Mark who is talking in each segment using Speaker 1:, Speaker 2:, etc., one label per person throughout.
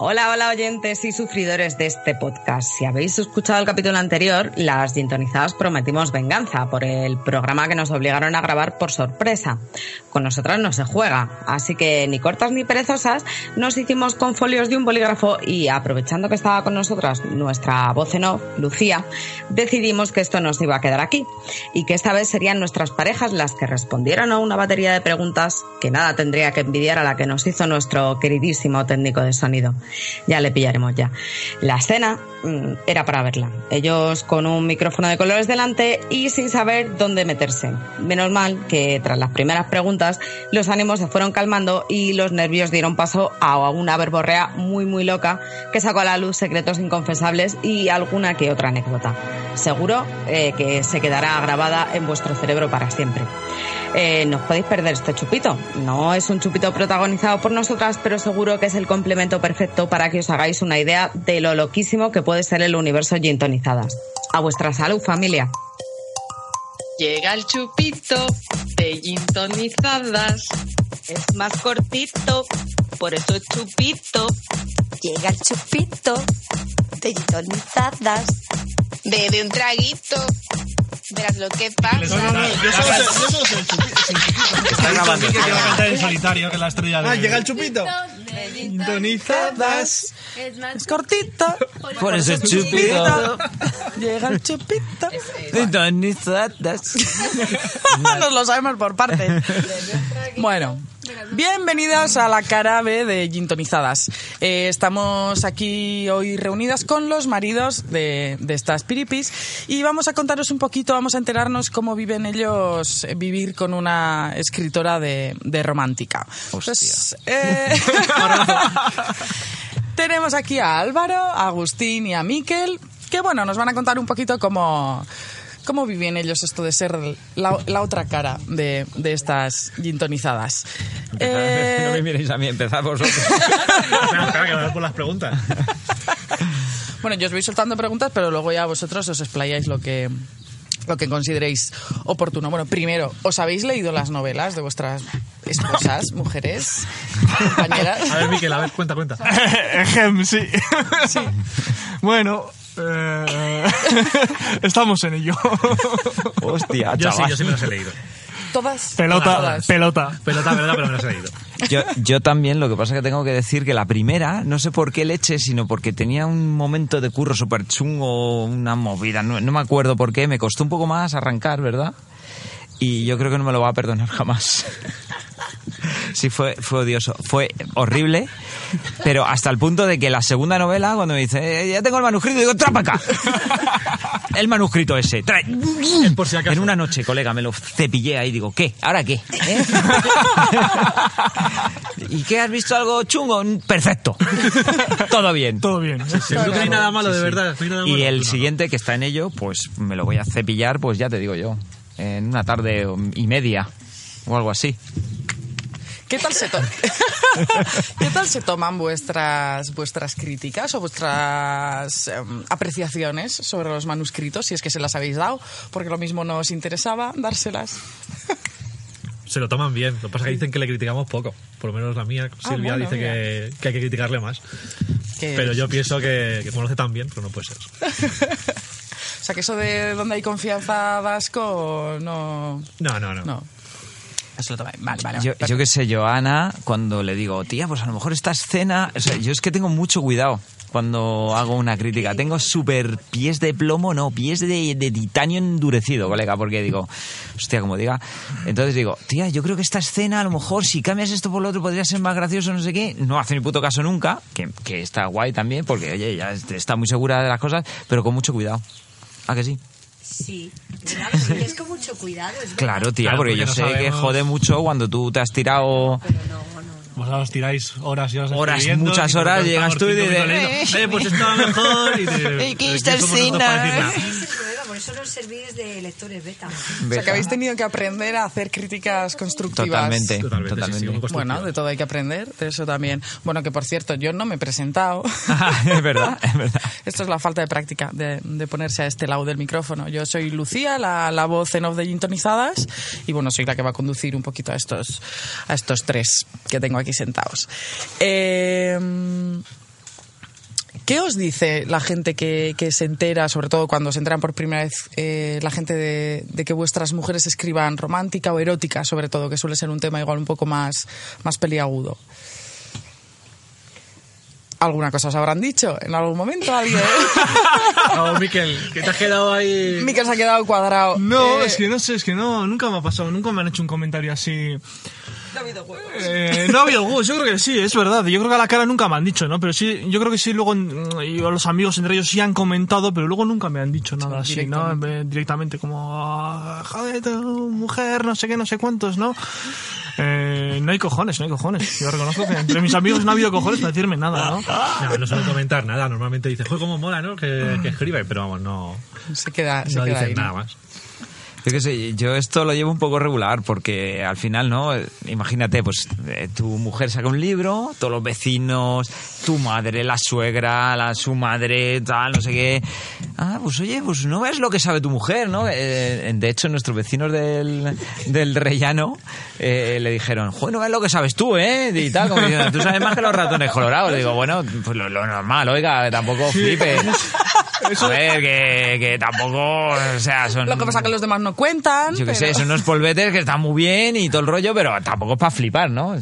Speaker 1: Hola, hola oyentes y sufridores de este podcast. Si habéis escuchado el capítulo anterior, las sintonizadas prometimos venganza por el programa que nos obligaron a grabar por sorpresa. Con nosotras no se juega, así que ni cortas ni perezosas nos hicimos con folios de un bolígrafo y aprovechando que estaba con nosotras nuestra voz en off, Lucía, decidimos que esto nos iba a quedar aquí y que esta vez serían nuestras parejas las que respondieron a una batería de preguntas que nada tendría que envidiar a la que nos hizo nuestro queridísimo técnico de sonido ya le pillaremos ya. La escena mmm, era para verla. Ellos con un micrófono de colores delante y sin saber dónde meterse. Menos mal que tras las primeras preguntas los ánimos se fueron calmando y los nervios dieron paso a una verborrea muy muy loca que sacó a la luz secretos inconfesables y alguna que otra anécdota. Seguro eh, que se quedará grabada en vuestro cerebro para siempre. Eh, no os podéis perder este chupito. No es un chupito protagonizado por nosotras, pero seguro que es el complemento perfecto para que os hagáis una idea de lo loquísimo que puede ser el universo gintonizadas. A vuestra salud, familia.
Speaker 2: Llega el chupito de gintonizadas.
Speaker 1: Es más cortito, por eso es chupito.
Speaker 3: Llega el chupito de gintonizadas.
Speaker 2: Bebe un traguito. Verás lo que pasa.
Speaker 4: No, no, no, yo solo sé, yo solo sé el chupi- es el chupito.
Speaker 5: Está grabando.
Speaker 4: Enrique que va a cantar en solitario, que es la estrella de...
Speaker 5: Ah, llega el chupito. Donizadas.
Speaker 3: Es cortito.
Speaker 5: Por eso es
Speaker 3: Chupito. Llega el chupito. Nos lo sabemos por parte. Bueno. Bienvenidas a la cara B de Gintonizadas. Eh, estamos aquí hoy reunidas con los maridos de, de estas piripis y vamos a contaros un poquito, vamos a enterarnos cómo viven ellos eh, vivir con una escritora de, de romántica. Pues, eh, Tenemos aquí a Álvaro, a Agustín y a Miquel, que bueno, nos van a contar un poquito cómo, cómo viven ellos esto de ser la, la otra cara de, de estas gintonizadas. Eh,
Speaker 6: No me miréis a mí, empezad vosotros.
Speaker 4: Espera, espera, que voy a por las preguntas.
Speaker 3: bueno, yo os voy soltando preguntas, pero luego ya vosotros os explayáis lo que lo que consideréis oportuno. Bueno, primero, ¿os habéis leído las novelas de vuestras esposas, mujeres, compañeras?
Speaker 4: A ver, Miquel, a ver, cuenta, cuenta.
Speaker 7: Ejem, sí. Bueno, eh, estamos en ello.
Speaker 6: Hostia,
Speaker 4: Yo sí,
Speaker 6: chaval.
Speaker 4: yo sí me los he leído.
Speaker 3: Todas.
Speaker 7: Pelota,
Speaker 3: Todas.
Speaker 7: pelota.
Speaker 4: Pelota, verdad, pero me los he leído.
Speaker 6: Yo, yo también, lo que pasa es que tengo que decir que la primera, no sé por qué leche, sino porque tenía un momento de curro súper chungo, una movida, no, no me acuerdo por qué, me costó un poco más arrancar, ¿verdad? Y yo creo que no me lo va a perdonar jamás. Sí, fue, fue odioso, fue horrible, pero hasta el punto de que la segunda novela, cuando me dice, "Eh, ya tengo el manuscrito, digo, ¡trapa acá! El manuscrito ese, trae.
Speaker 4: por si acaso.
Speaker 6: En una noche, colega, me lo cepillé ahí, digo, ¿qué? ¿Ahora qué? ¿Eh? ¿Y qué? ¿Has visto algo chungo? Perfecto. Todo bien.
Speaker 7: Todo bien.
Speaker 4: No hay nada malo, de verdad. no hay nada
Speaker 6: Y eh,
Speaker 4: malo.
Speaker 6: el siguiente que está en ello, pues me lo voy a cepillar, pues ya te digo yo, en una tarde y media o algo así.
Speaker 3: ¿Qué tal se, to- ¿Qué tal se toman vuestras, vuestras críticas o vuestras em, apreciaciones sobre los manuscritos, si es que se las habéis dado? Porque lo mismo no os interesaba dárselas.
Speaker 4: Se lo toman bien. Lo que pasa es que dicen que le criticamos poco. Por lo menos la mía,
Speaker 3: Ah,
Speaker 4: Silvia,
Speaker 3: bueno,
Speaker 4: dice
Speaker 3: mira. Eh,
Speaker 4: que, que hay que criticarle más.
Speaker 3: Que-
Speaker 4: Pero yo pienso que, que conoce tan bien, pero no puede ser.
Speaker 3: O sea, que eso de donde hay confianza vasco, no...
Speaker 4: No, no, no.
Speaker 3: No. Eso lo tomáis. Vale, vale.
Speaker 6: Yo,
Speaker 3: vale.
Speaker 6: yo qué sé, yo a Ana, cuando le digo, tía, pues a lo mejor esta escena. o sea, yo es que tengo mucho cuidado cuando hago una crítica. Tengo súper pies de plomo, no, pies de, de titanio endurecido, colega, porque digo, hostia, como diga. Entonces digo, tía, yo creo que esta escena, a lo mejor, si cambias esto por lo otro, podría ser más gracioso, no sé qué. No hace ni puto caso nunca, que, que está guay también, porque, oye, ya está muy segura de las cosas, pero con mucho cuidado. ¿A que sí?
Speaker 8: Sí, claro, pero es con mucho cuidado. Es verdad.
Speaker 6: Claro, tía,
Speaker 4: Claro,
Speaker 6: porque
Speaker 4: porque
Speaker 6: yo
Speaker 4: no
Speaker 6: sé que
Speaker 4: sabemos.
Speaker 6: jode mucho cuando tú te has tirado.
Speaker 8: Pero no, no, no.
Speaker 4: Vosotros Pues tiráis horas y horas
Speaker 6: Horas,
Speaker 4: escribiendo,
Speaker 6: muchas
Speaker 4: y te
Speaker 6: horas,
Speaker 4: cortan
Speaker 6: llegas tú y
Speaker 4: cinco
Speaker 6: dices,
Speaker 4: minutos leyendo, "Eh, pues estaba mejor. Y te-
Speaker 2: Hay que
Speaker 4: aquí
Speaker 2: irse al
Speaker 4: somos nosotros para
Speaker 2: cine.
Speaker 4: decir, "Nah".
Speaker 8: Ese es el problema, por eso no os servís de lectores beta.
Speaker 3: O sea, que habéis tenido que aprender a hacer críticas constructivas.
Speaker 6: Totalmente,
Speaker 4: Totalmente, sí, sí,
Speaker 6: totalmente.
Speaker 4: muy constructiva.
Speaker 3: Bueno, de todo hay que aprender, de eso también. Bueno, que por cierto, yo no me he presentado.
Speaker 6: Ah, es verdad, es verdad.
Speaker 3: Esto es la falta de práctica, de, de ponerse a este lado del micrófono. Yo soy Lucía, la, la voz en off de Gintonizadas, y bueno, soy la que va a conducir un poquito a estos, a estos tres que tengo aquí sentados. Eh, ¿Qué os dice la gente que, que se entera, sobre todo cuando se enteran por primera vez eh, la gente de, de que vuestras mujeres escriban romántica o erótica, sobre todo, que suele ser un tema igual un poco más, más peliagudo? Alguna cosa os habrán dicho en algún momento, alguien.
Speaker 4: No, Miquel, que te has quedado ahí.
Speaker 3: Miquel se ha quedado cuadrado.
Speaker 7: No,
Speaker 3: Eh,
Speaker 7: es que no sé, es que no, nunca me ha pasado, nunca me han hecho un comentario así. Eh, no ha habido huevos, yo creo que sí, es verdad. Yo creo que a la cara nunca me han dicho, ¿no? Pero sí, yo creo que sí, luego mm, y a los amigos entre ellos sí han comentado, pero luego nunca me han dicho nada así, ¿no? En vez- Directamente como, "Ah, joder, tu mujer, no sé qué, no sé cuántos, ¿no? Eh, no hay cojones, no hay cojones. Yo reconozco que entre mis amigos no ha habido cojones para decirme nada, ¿no?
Speaker 4: No, no suelen comentar nada. Normalmente dices, joder, cómo mola, ¿no? Que, que escribe, pero vamos, no,
Speaker 3: Se queda, Ah. se
Speaker 4: no
Speaker 3: queda ahí,
Speaker 4: dicen
Speaker 3: ¿no?
Speaker 4: nada más.
Speaker 6: Yo qué sé, yo esto lo llevo un poco regular porque al final, ¿no? Eh, Imagínate, pues eh, tu mujer saca un libro, todos los vecinos, tu madre, la suegra, la, su madre, tal, no sé qué. Ah, pues oye, pues no ves lo que sabe tu mujer, ¿no? Eh, de hecho, nuestros vecinos del, del Rellano eh, le dijeron, bueno, ves lo que sabes tú, ¿eh? Y tal, como diciendo, tú sabes más que los ratones colorados. Le digo, bueno, pues lo, lo normal, oiga, que tampoco flipes. A ver, que, que tampoco, o sea, son...
Speaker 3: Lo que pasa es que los demás no cuentan.
Speaker 6: Yo qué sé,
Speaker 3: pero-
Speaker 6: son unos polvetes que están muy bien y todo el rollo, pero tampoco es para flipar, ¿no?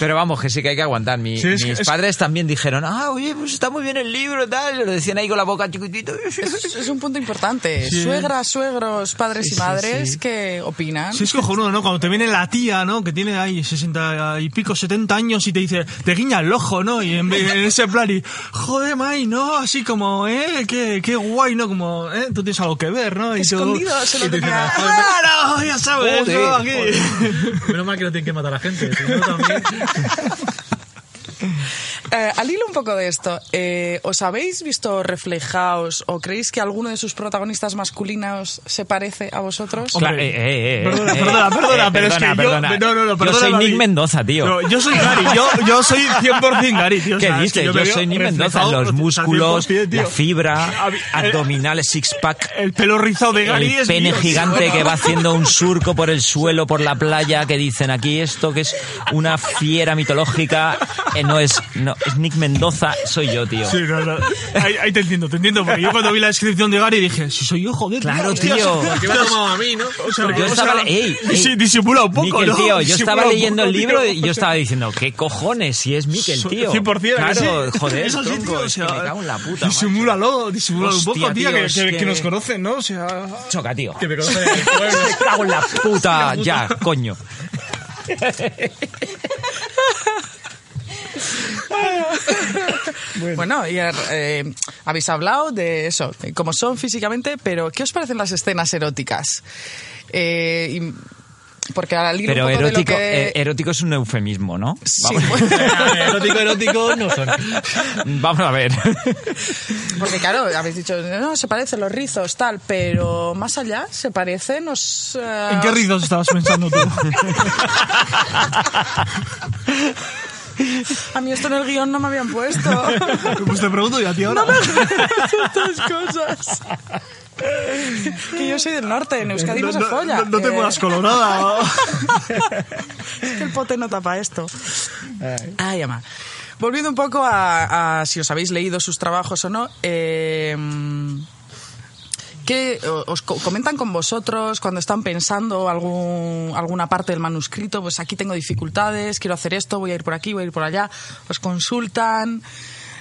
Speaker 6: pero vamos, que sí que hay que aguantar. Mi-
Speaker 7: Sí, es que-
Speaker 6: mis
Speaker 7: es-
Speaker 6: padres también dijeron, ah, oye, pues está muy bien el libro, tal. Lo decían ahí con la boca chiquitito.
Speaker 3: Es, es un punto importante. Suegras, suegros, padres y madres que opinan.
Speaker 7: Sí, es cojonudo, ¿no? Cuando te viene la tía, ¿no? Que tiene ahí 60 y pico, 70 años y te dice, te guiña el ojo, ¿no? Y en, vez- en ese plan y, joder, May, ¿no? Así como, ¿eh? Qué, qué guay, ¿no? Como, ¿eh? Tú tienes algo que ver, ¿no? Y tú-
Speaker 3: Escondido, se lo
Speaker 7: y te
Speaker 3: tenía.
Speaker 7: dicen, Claro, ya sabes,
Speaker 6: Joder,
Speaker 7: ¿no? Aquí.
Speaker 4: Menos mal que no tienen que matar a gente. si no, también-
Speaker 3: Eh, al hilo un poco de esto, eh, ¿os habéis visto reflejados o creéis que alguno de sus protagonistas masculinos se parece a vosotros?
Speaker 7: Hombre, eh,
Speaker 6: eh,
Speaker 7: Perdona, perdona, perdona, pero es que yo- no, no, no,
Speaker 6: yo
Speaker 7: perdona,
Speaker 6: soy Nick
Speaker 7: David.
Speaker 6: Mendoza, tío.
Speaker 7: No, yo soy Gary, yo, yo soy 100% Gary, tío. o
Speaker 6: ¿Qué
Speaker 7: sea, es
Speaker 6: dices?
Speaker 7: que
Speaker 6: yo,
Speaker 7: me veo
Speaker 6: soy Nick Mendoza,
Speaker 7: reflejado, o
Speaker 6: los
Speaker 7: sea,
Speaker 6: músculos,
Speaker 7: 100%, tío.
Speaker 6: la fibra,
Speaker 7: Abi- el-
Speaker 6: abdominales, six-pack.
Speaker 7: El pelo rizado de Gary
Speaker 6: el
Speaker 7: es
Speaker 6: pene
Speaker 7: mío.
Speaker 6: gigante que va haciendo un surco por el suelo, por la playa, que dicen aquí esto, que es una fiera mitológica. Eh, no es, no, es Nick Mendoza, soy yo, tío.
Speaker 7: Sí, no, no. Ahí, ahí te entiendo, te entiendo. Porque yo cuando vi la descripción de Gary dije, si soy yo, joder.
Speaker 6: Claro,
Speaker 7: hostia,
Speaker 6: tío.
Speaker 7: o sea,
Speaker 4: Que me ha tomado a mí, ¿no?
Speaker 7: o sea,
Speaker 6: Yo
Speaker 7: o sea,
Speaker 6: estaba le- ey, ey.
Speaker 7: disi- disimula un poco,
Speaker 6: Miquel,
Speaker 7: ¿no?
Speaker 6: tío, yo
Speaker 7: Disimula
Speaker 6: estaba
Speaker 7: un
Speaker 6: leyendo
Speaker 7: poco,
Speaker 6: el libro
Speaker 7: tío.
Speaker 6: y yo estaba diciendo, ¿qué cojones? Si es Miquel, tío.
Speaker 7: 100%, ¿a que
Speaker 6: claro,
Speaker 7: ¿eh? sí?
Speaker 6: joder,
Speaker 7: Es así,
Speaker 6: tronco,
Speaker 7: tío, o
Speaker 6: es que
Speaker 7: sea,
Speaker 6: me cago en la puta. macho.
Speaker 7: Disimúlalo, disimúlalo un
Speaker 6: Hostia,
Speaker 7: poco, tío,
Speaker 6: tío,
Speaker 7: que,
Speaker 6: es
Speaker 7: que- que
Speaker 6: que-
Speaker 7: nos conocen, ¿no? O sea...
Speaker 6: Choca, tío.
Speaker 4: Que me conocen en el pueblo.
Speaker 6: Me cago en la puta, ya, coño.
Speaker 3: Bueno, y, eh, habéis hablado de eso, de cómo son físicamente, pero ¿qué os parecen las escenas eróticas? Eh, y- porque al hilo
Speaker 6: Pero
Speaker 3: un poco
Speaker 6: erótico,
Speaker 3: de
Speaker 6: eh,
Speaker 3: lo que...
Speaker 6: erótico es un eufemismo, ¿no?
Speaker 3: Sí,
Speaker 6: Vamos-
Speaker 4: erótico, erótico, no son.
Speaker 6: Vamos a ver.
Speaker 3: Porque claro, habéis dicho, no, se parecen los rizos, tal, pero más allá, ¿se parecen? Os, eh,
Speaker 7: ¿En qué rizos estabas pensando tú?
Speaker 3: A mí esto en el guión no me habían puesto.
Speaker 7: Pues te pregunto ya, tío. ahora.
Speaker 3: Estas cosas. Que yo soy del norte, en Euskadi no,
Speaker 7: No,
Speaker 3: se
Speaker 7: no-
Speaker 3: folla.
Speaker 7: no- no te
Speaker 3: Eh,
Speaker 7: pongas colorada.
Speaker 3: Es que el pote no tapa esto. Ay, ama. Volviendo un poco a, a si os habéis leído sus trabajos o no, eh, ¿qué o- os co- comentan con vosotros cuando están pensando algún, alguna parte del manuscrito? Pues aquí tengo dificultades, quiero hacer esto, voy a ir por aquí, voy a ir por allá. ¿Os consultan?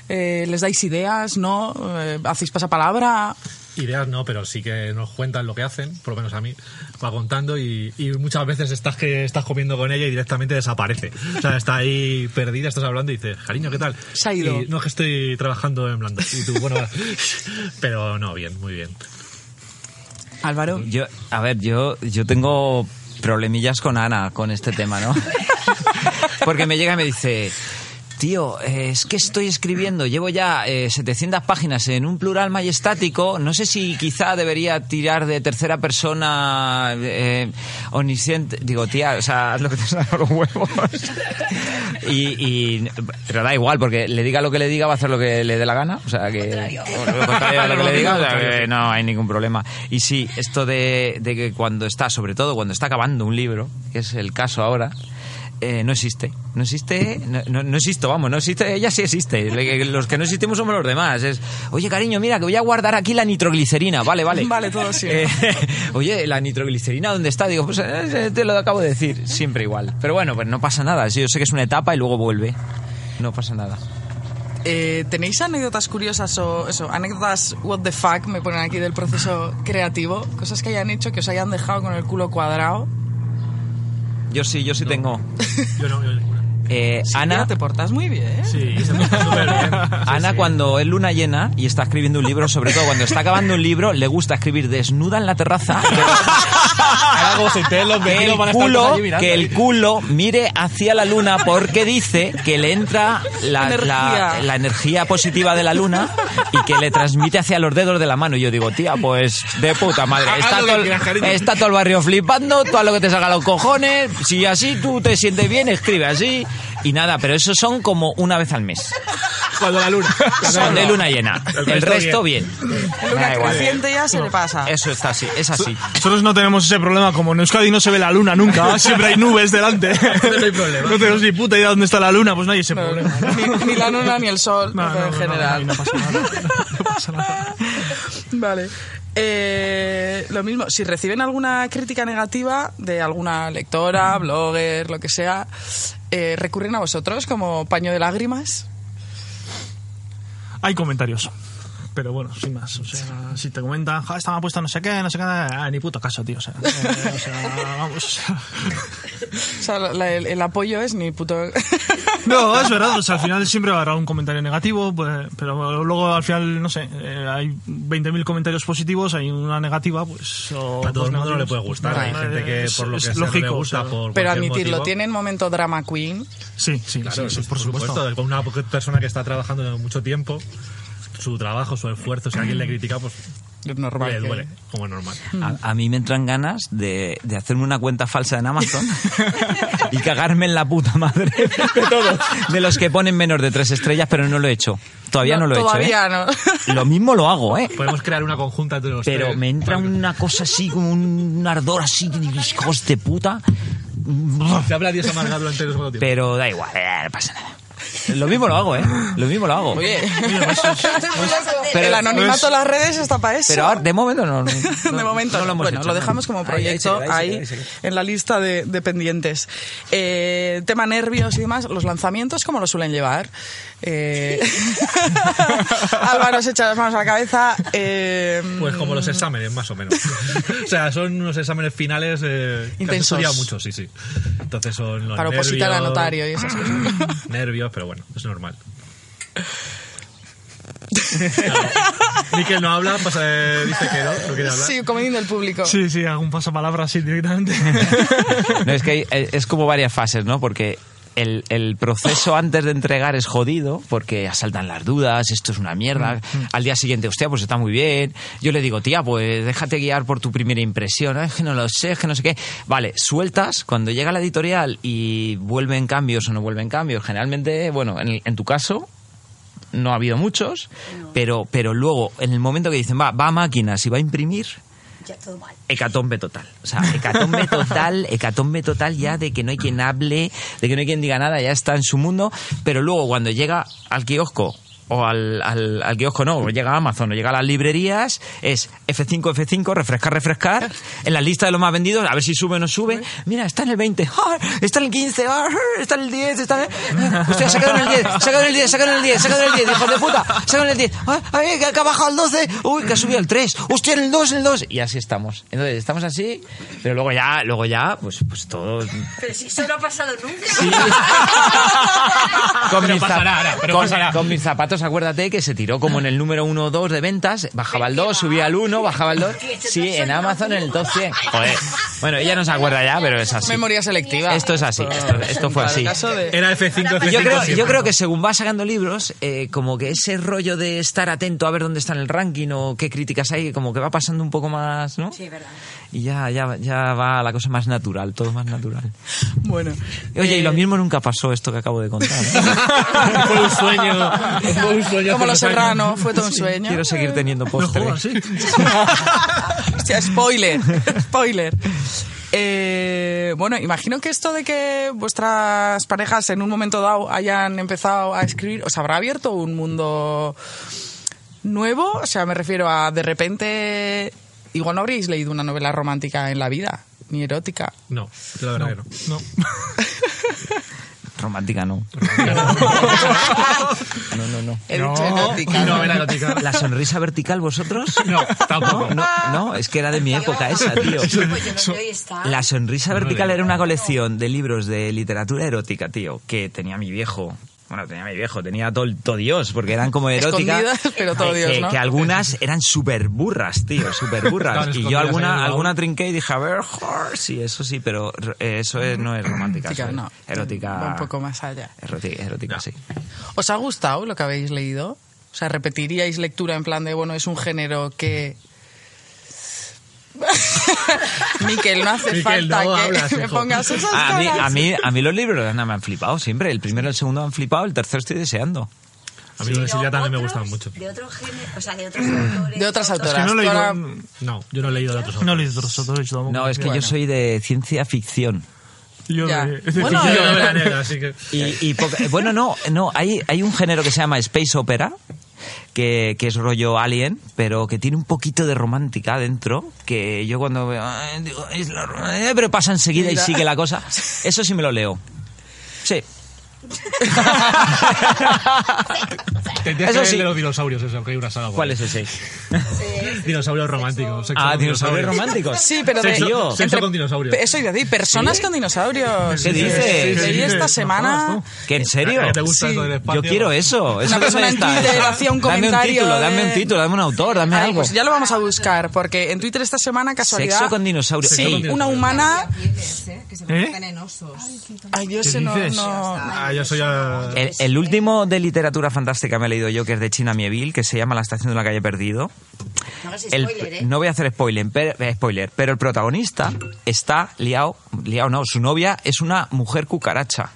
Speaker 3: Eh, ¿Les dais ideas? ¿No? Eh, ¿Hacéis pasapalabra?
Speaker 4: Ideas no, pero sí que nos cuentan lo que hacen, por lo menos a mí, va contando y, y muchas veces estás que estás comiendo con ella y directamente desaparece. O sea, está ahí perdida, estás hablando y dices, cariño, ¿qué tal?
Speaker 3: Se ha ido.
Speaker 4: Y, no, es que estoy trabajando en blando. Y tú, bueno, va. pero no, bien, muy bien.
Speaker 3: Álvaro.
Speaker 6: Yo, a ver, yo, yo tengo problemillas con Ana con este tema, ¿no? Porque me llega y me dice, tío, eh, es que estoy escribiendo, llevo ya eh, 700 páginas en un plural majestático, no sé si quizá debería tirar de tercera persona eh, omnisciente. Digo, tía, o sea, haz lo que te salga los huevos. Y, y- pero da igual, porque le diga lo que le diga, va a hacer lo que le dé la gana. O sea, que. Lo contrario a lo que le diga, o sea, que no hay ningún problema. Y sí, esto de, de que cuando está, sobre todo cuando está acabando un libro, que es el caso ahora, eh, no existe. No existe, no, no, no existo, vamos, no existe, ella sí existe. Le- que- Los que no existimos somos los demás. Es, oye, cariño, mira, que voy a guardar aquí la nitroglicerina. Vale, vale.
Speaker 3: Vale, todo sí.
Speaker 6: Eh, oye, la nitroglicerina, ¿dónde está? Digo, pues eh, eh, te lo acabo de decir, siempre igual. Pero bueno, pues no pasa nada. Yo sé que es una etapa y luego vuelve. No pasa nada.
Speaker 3: Eh, ¿Tenéis anécdotas curiosas o eso? Anécdotas what the fuck, me ponen aquí del proceso creativo. Cosas que hayan hecho que os hayan dejado con el culo cuadrado.
Speaker 6: Yo sí, yo sí tengo.
Speaker 4: Yo no, yo ninguna.
Speaker 6: Eh,
Speaker 3: Mira,
Speaker 6: Ana,
Speaker 3: te portas muy bien.
Speaker 4: Sí, se me está súper bien.
Speaker 6: Ana cuando es luna llena y está escribiendo un libro, sobre todo cuando está acabando un libro, le gusta escribir desnuda en la terraza.
Speaker 7: Ahora como se te los
Speaker 6: que
Speaker 7: vecinos
Speaker 6: el,
Speaker 7: van a estar todos
Speaker 6: culo,
Speaker 7: allí mirando.
Speaker 6: que el culo mire hacia la luna porque dice que le entra la la- la
Speaker 3: Energía.
Speaker 6: energía. positiva de la luna y que le transmite hacia los dedos de la mano. Y yo digo, tía, pues de puta madre.
Speaker 7: Haz lo
Speaker 6: Está
Speaker 7: que
Speaker 6: todo, el-
Speaker 7: quieras, cariño.
Speaker 6: está todo el barrio flipando, todo a lo que te salga a los cojones. Si así tú te sientes bien, escribe así. Y nada, pero eso son como una vez al mes.
Speaker 7: Cuando la luna.
Speaker 6: Son de luna llena.
Speaker 4: El
Speaker 6: El
Speaker 4: resto
Speaker 6: resto bien.
Speaker 3: Luna
Speaker 7: Ah,
Speaker 6: Da igual.
Speaker 3: creciente ya se le pasa.
Speaker 6: Eso está así, es así.
Speaker 7: Nosotros no tenemos ese problema, como en Euskadi no se ve la luna nunca, siempre hay nubes delante. No hay problema. No tenemos ni puta idea dónde está la luna, pues no hay ese
Speaker 3: No, no,
Speaker 7: problema.
Speaker 3: no. Ni, ni la luna ni el sol
Speaker 7: No, no,
Speaker 3: en
Speaker 7: no,
Speaker 3: general.
Speaker 7: no, no pasa nada. No pasa nada.
Speaker 3: Vale. Eh, lo mismo, si reciben alguna crítica negativa de alguna lectora, blogger, lo que sea, eh, ¿recurren a vosotros como paño de lágrimas?
Speaker 7: Hay comentarios. Pero bueno, sin más. O sea, si te comentan, ja, esta me ha puesto no sé qué, no sé qué, ah, ni puto caso, tío. O sea, eh, o sea, vamos. o sea.
Speaker 3: O sea, la- el, el apoyo es ni puto...
Speaker 7: No, es verdad, o sea, al final siempre habrá un comentario negativo, pues, pero luego al final, no sé, eh, hay 20.000 comentarios positivos, hay una negativa, pues... o
Speaker 4: A todo
Speaker 7: dos
Speaker 4: el mundo no le
Speaker 7: negativos.
Speaker 4: puede gustar. Hay
Speaker 7: Eh,
Speaker 4: gente que por lo que
Speaker 7: es
Speaker 4: sea no le gusta pues,
Speaker 7: o sea,
Speaker 4: por
Speaker 3: Pero
Speaker 4: cualquier
Speaker 3: admitirlo,
Speaker 4: motivo.
Speaker 3: ¿tienen momento drama queen?
Speaker 7: Sí, sí,
Speaker 4: Claro,
Speaker 7: sí, sí, por supuesto.
Speaker 4: Con una persona que está trabajando mucho tiempo, su trabajo, su esfuerzo, si alguien le critica, pues
Speaker 3: Es normal.
Speaker 4: le
Speaker 3: que-
Speaker 4: duele, como es normal.
Speaker 6: A, a mí me entran ganas de, de hacerme una cuenta falsa en Amazon y cagarme en la puta madre de todos. De los que ponen menos de tres estrellas, pero no lo he hecho. Todavía no, lo he
Speaker 3: Todavía
Speaker 6: hecho. ¿eh?
Speaker 3: no.
Speaker 6: Lo mismo lo hago, ¿eh?
Speaker 4: Podemos crear una conjunta entre los
Speaker 6: Pero
Speaker 4: tres.
Speaker 6: me entra una cosa así, como un ardor así, que digo, hijos de puta. Brr.
Speaker 4: Se habla de esa amargado durante los cuatro tiempos.
Speaker 6: Pero da igual, eh, no pasa nada. Lo mismo lo hago, ¿eh? Lo mismo lo hago.
Speaker 3: Oye, el
Speaker 6: Pero-
Speaker 3: anonimato de las redes está para eso.
Speaker 6: Pero ahora, de momento no. no-
Speaker 3: de
Speaker 6: no-
Speaker 3: momento,
Speaker 6: no lo hemos
Speaker 3: bueno,
Speaker 6: hecho,
Speaker 3: lo
Speaker 6: ¿no?
Speaker 3: dejamos como
Speaker 6: Ahí,
Speaker 3: proyecto ahí,
Speaker 6: ahí se queda, ahí se queda, ahí se queda.
Speaker 3: en la lista de, de pendientes. Eh, tema nervios y demás, los lanzamientos, ¿cómo lo suelen llevar? Eh, Álvaro se echa las manos a la cabeza. eh,
Speaker 4: Pues como los exámenes, más o menos. o sea, son unos exámenes finales eh, que has
Speaker 3: Intensos.
Speaker 4: estudiado mucho, sí, sí. Entonces son los
Speaker 3: Para
Speaker 4: nervios...
Speaker 3: opositar a notario y esas cosas.
Speaker 4: Nervios, pero bueno, es normal. Miquel no habla, pues, eh, dice que no, no quiere hablar.
Speaker 3: sí, comediendo el público.
Speaker 7: Sí, sí, algún pasapalabra así directamente.
Speaker 6: No, es que hay- eh, es como varias fases, ¿no? Porque el, el proceso antes de entregar es jodido, porque asaltan las dudas, esto es una mierda. Al día siguiente, hostia, pues está muy bien. Yo le digo, tía, pues déjate guiar por tu primera impresión. "Ah, Es que no lo sé, es que no sé qué. Vale, sueltas, cuando llega la editorial y vuelven cambios o no vuelven cambios, generalmente, bueno, en, el- en tu caso, no ha habido muchos, pero, pero luego, en el momento que dicen, va, va a máquinas y va a imprimir,
Speaker 8: Ya todo mal.
Speaker 6: hecatombe total. O sea, hecatombe total, hecatombe total ya de que no hay quien hable, de que no hay quien diga nada, ya está en su mundo, pero luego cuando llega al kiosco o al, al, al kiosco no, o llega a Amazon o llega a las librerías, es F5, F5, refrescar, refrescar, en la lista de los más vendidos, a ver si sube o no sube, mira, está en el 20, ¡ah! está en el 15, ¡ah! está en el 10, está en el... Hostia, se ha quedado en el 10, se ha quedado en el 10, se ha quedado en el 10, se ha quedado en el 10, hijos de puta, se ha quedado en el 10, ¡Ah! ay, que, que ha bajado al 12, uy, que ha subido al 3, hostia, en el 2, en el 2, y así estamos. Entonces, estamos así, pero luego ya, luego ya, pues, pues todo...
Speaker 8: Pero si eso no ha pasado nunca.
Speaker 6: con
Speaker 4: Pero
Speaker 6: mis zap-
Speaker 4: pasará, ahora, pero
Speaker 6: con-
Speaker 4: pasará.
Speaker 6: con mis zapatos, acuérdate que se tiró como en el número 1 o 2 de ventas, bajaba al 2, subía al 1, bajaba al 2. Sí, en Amazon en el top 100. Joder. Bueno, ella no se acuerda ya, pero es así.
Speaker 3: Memoria selectiva. Pues,
Speaker 6: Esto es así, esto, esto fue
Speaker 3: En
Speaker 6: así.
Speaker 3: caso de-
Speaker 4: Era F5, F5
Speaker 6: Yo creo,
Speaker 4: siempre.
Speaker 6: yo creo que según vas sacando libros, eh, como que ese rollo de estar atento a ver dónde está en el ranking o qué críticas hay, como que va pasando un poco más, ¿no?
Speaker 8: Sí, es verdad.
Speaker 6: Y ya, ya, ya va la cosa más natural, todo más natural.
Speaker 3: Bueno.
Speaker 6: Oye, y
Speaker 3: eh,
Speaker 6: lo mismo nunca pasó esto que acabo de contar. ¿eh?
Speaker 4: Fue un sueño. Eh, Fue un sueño
Speaker 3: Como
Speaker 4: hace dos
Speaker 3: los
Speaker 4: años.
Speaker 3: serrano, fue todo un sueño.
Speaker 6: Quiero seguir teniendo postre.
Speaker 7: jodas, sí.
Speaker 3: Hostia, spoiler, spoiler. Eh, bueno, imagino que esto de que vuestras parejas en un momento dado hayan empezado a escribir, os habrá abierto un mundo nuevo. O sea, me refiero a de repente, igual no habréis leído una novela romántica en la vida, ni erótica.
Speaker 4: No, la verdad que no.
Speaker 7: No.
Speaker 6: Romántica no. No, no, no.
Speaker 4: Eh,
Speaker 3: He dicho erótica.
Speaker 4: No, era erótica.
Speaker 6: ¿La sonrisa vertical vosotros?
Speaker 4: No, tampoco.
Speaker 6: No, no, es que era de mi época esa, tío.
Speaker 8: Pues yo lo que hoy está.
Speaker 6: La sonrisa vertical
Speaker 4: Madre.
Speaker 6: era una colección de libros de literatura erótica, tío, que tenía mi viejo. Bueno, tenía mi viejo, tenía todo, todo Dios, porque eran como eróticas.
Speaker 3: Escondidas, pero todo
Speaker 6: que-
Speaker 3: Dios,
Speaker 6: que,
Speaker 3: ¿no?
Speaker 6: que algunas eran súper burras, tío, súper burras.
Speaker 4: Estaban
Speaker 6: y yo
Speaker 4: escondidas ahí en el
Speaker 6: alguna,
Speaker 4: baúl.
Speaker 6: alguna trinqué y dije, a ver, joder, sí, eso sí, pero eh, eso es- no es romántica.
Speaker 3: Erótica,
Speaker 6: eso es
Speaker 3: no.
Speaker 6: Erótica.
Speaker 3: Va un poco más allá.
Speaker 6: Erótica, erótica sí.
Speaker 3: ¿Os ha gustado lo que habéis leído? O sea, ¿repetiríais lectura en plan de, bueno, es un género que... Miquel, no hace
Speaker 4: Miquel,
Speaker 3: falta
Speaker 4: no
Speaker 3: que
Speaker 4: hablas,
Speaker 3: me
Speaker 4: hijo.
Speaker 3: pongas esas
Speaker 6: Ah, A mí, a,
Speaker 3: caras.
Speaker 6: mí, a mí los libros de Ana me han flipado siempre. El primero y el segundo me han flipado, el tercero estoy deseando.
Speaker 4: A mí los de
Speaker 8: Pero
Speaker 4: Silvia también me
Speaker 8: otros,
Speaker 4: gustan mucho.
Speaker 8: De otros géneros, o sea, de otros autores.
Speaker 3: De otras
Speaker 8: otros-
Speaker 7: Es que
Speaker 3: autoras.
Speaker 7: no lo he
Speaker 3: Ahora-
Speaker 7: ido.
Speaker 4: No, yo no he leído de otros
Speaker 7: No
Speaker 4: autores.
Speaker 7: lo he ido todo eso tampoco.
Speaker 6: No, es que yo
Speaker 3: Bueno.
Speaker 6: soy de ciencia ficción.
Speaker 7: Yo
Speaker 3: Ya.
Speaker 7: de- de-
Speaker 3: Bueno,
Speaker 4: Yo
Speaker 3: eh,
Speaker 4: no veo la negra, así que.
Speaker 6: Y, y poca- eh, bueno, no, no hay, hay un género que se llama Space Opera, que, que es rollo alien, pero que tiene un poquito de romántica dentro, que yo cuando veo, "Ay", digo, "Es la rom-", eh, pero pasa enseguida y
Speaker 3: Mira.
Speaker 6: sigue la cosa. Eso sí me lo leo. Sí.
Speaker 4: Tendrías
Speaker 6: Eso
Speaker 4: que leer
Speaker 6: sí.
Speaker 4: de los dinosaurios, eso, que hay una saga. por
Speaker 6: ¿Cuál
Speaker 4: ahí.
Speaker 6: es ese?
Speaker 4: Dinosaurio romántico. sexo
Speaker 6: Ah,
Speaker 4: con
Speaker 6: dinosaurios románticos.
Speaker 3: Sí, pero de...
Speaker 4: Sexo-
Speaker 6: Tío.
Speaker 4: sexo con dinosaurios.
Speaker 3: Eso iba a decir, personas con dinosaurios.
Speaker 6: ¿Qué dices?
Speaker 3: Eh,
Speaker 6: ¿Qué
Speaker 3: Leí
Speaker 7: dices?
Speaker 3: esta
Speaker 7: No
Speaker 3: semana...
Speaker 7: jodas
Speaker 6: ¿Que en serio?
Speaker 4: ¿Te gusta
Speaker 3: Sí.
Speaker 4: eso del espacio?
Speaker 6: Yo quiero eso. eso dame
Speaker 3: persona en
Speaker 6: esta-
Speaker 3: Twitter hacía un
Speaker 6: Dame un
Speaker 3: comentario
Speaker 6: título, dame un
Speaker 3: de-
Speaker 6: título, dame un autor, dame
Speaker 3: Ay,
Speaker 6: algo.
Speaker 3: pues ya lo vamos a buscar, porque en Twitter esta semana, casualidad...
Speaker 6: Sexo con dinosaurios.
Speaker 3: Sí,
Speaker 6: Ey,
Speaker 4: con
Speaker 3: una
Speaker 4: dinosaurios.
Speaker 3: humana...
Speaker 7: ¿Eh?
Speaker 3: Ay, yo sé, no...
Speaker 7: dices?
Speaker 3: no...
Speaker 4: Ah, yo soy a.
Speaker 6: El, el último de literatura fantástica me he leído yo, que es de China Mieville, que se llama La estación de la calle perdido.
Speaker 8: No hagas
Speaker 6: El-
Speaker 8: spoiler, ¿eh?
Speaker 6: No voy a hacer spoiler, pero, eh, spoiler, pero el protagonista está liado, liado no, su novia es una mujer cucaracha.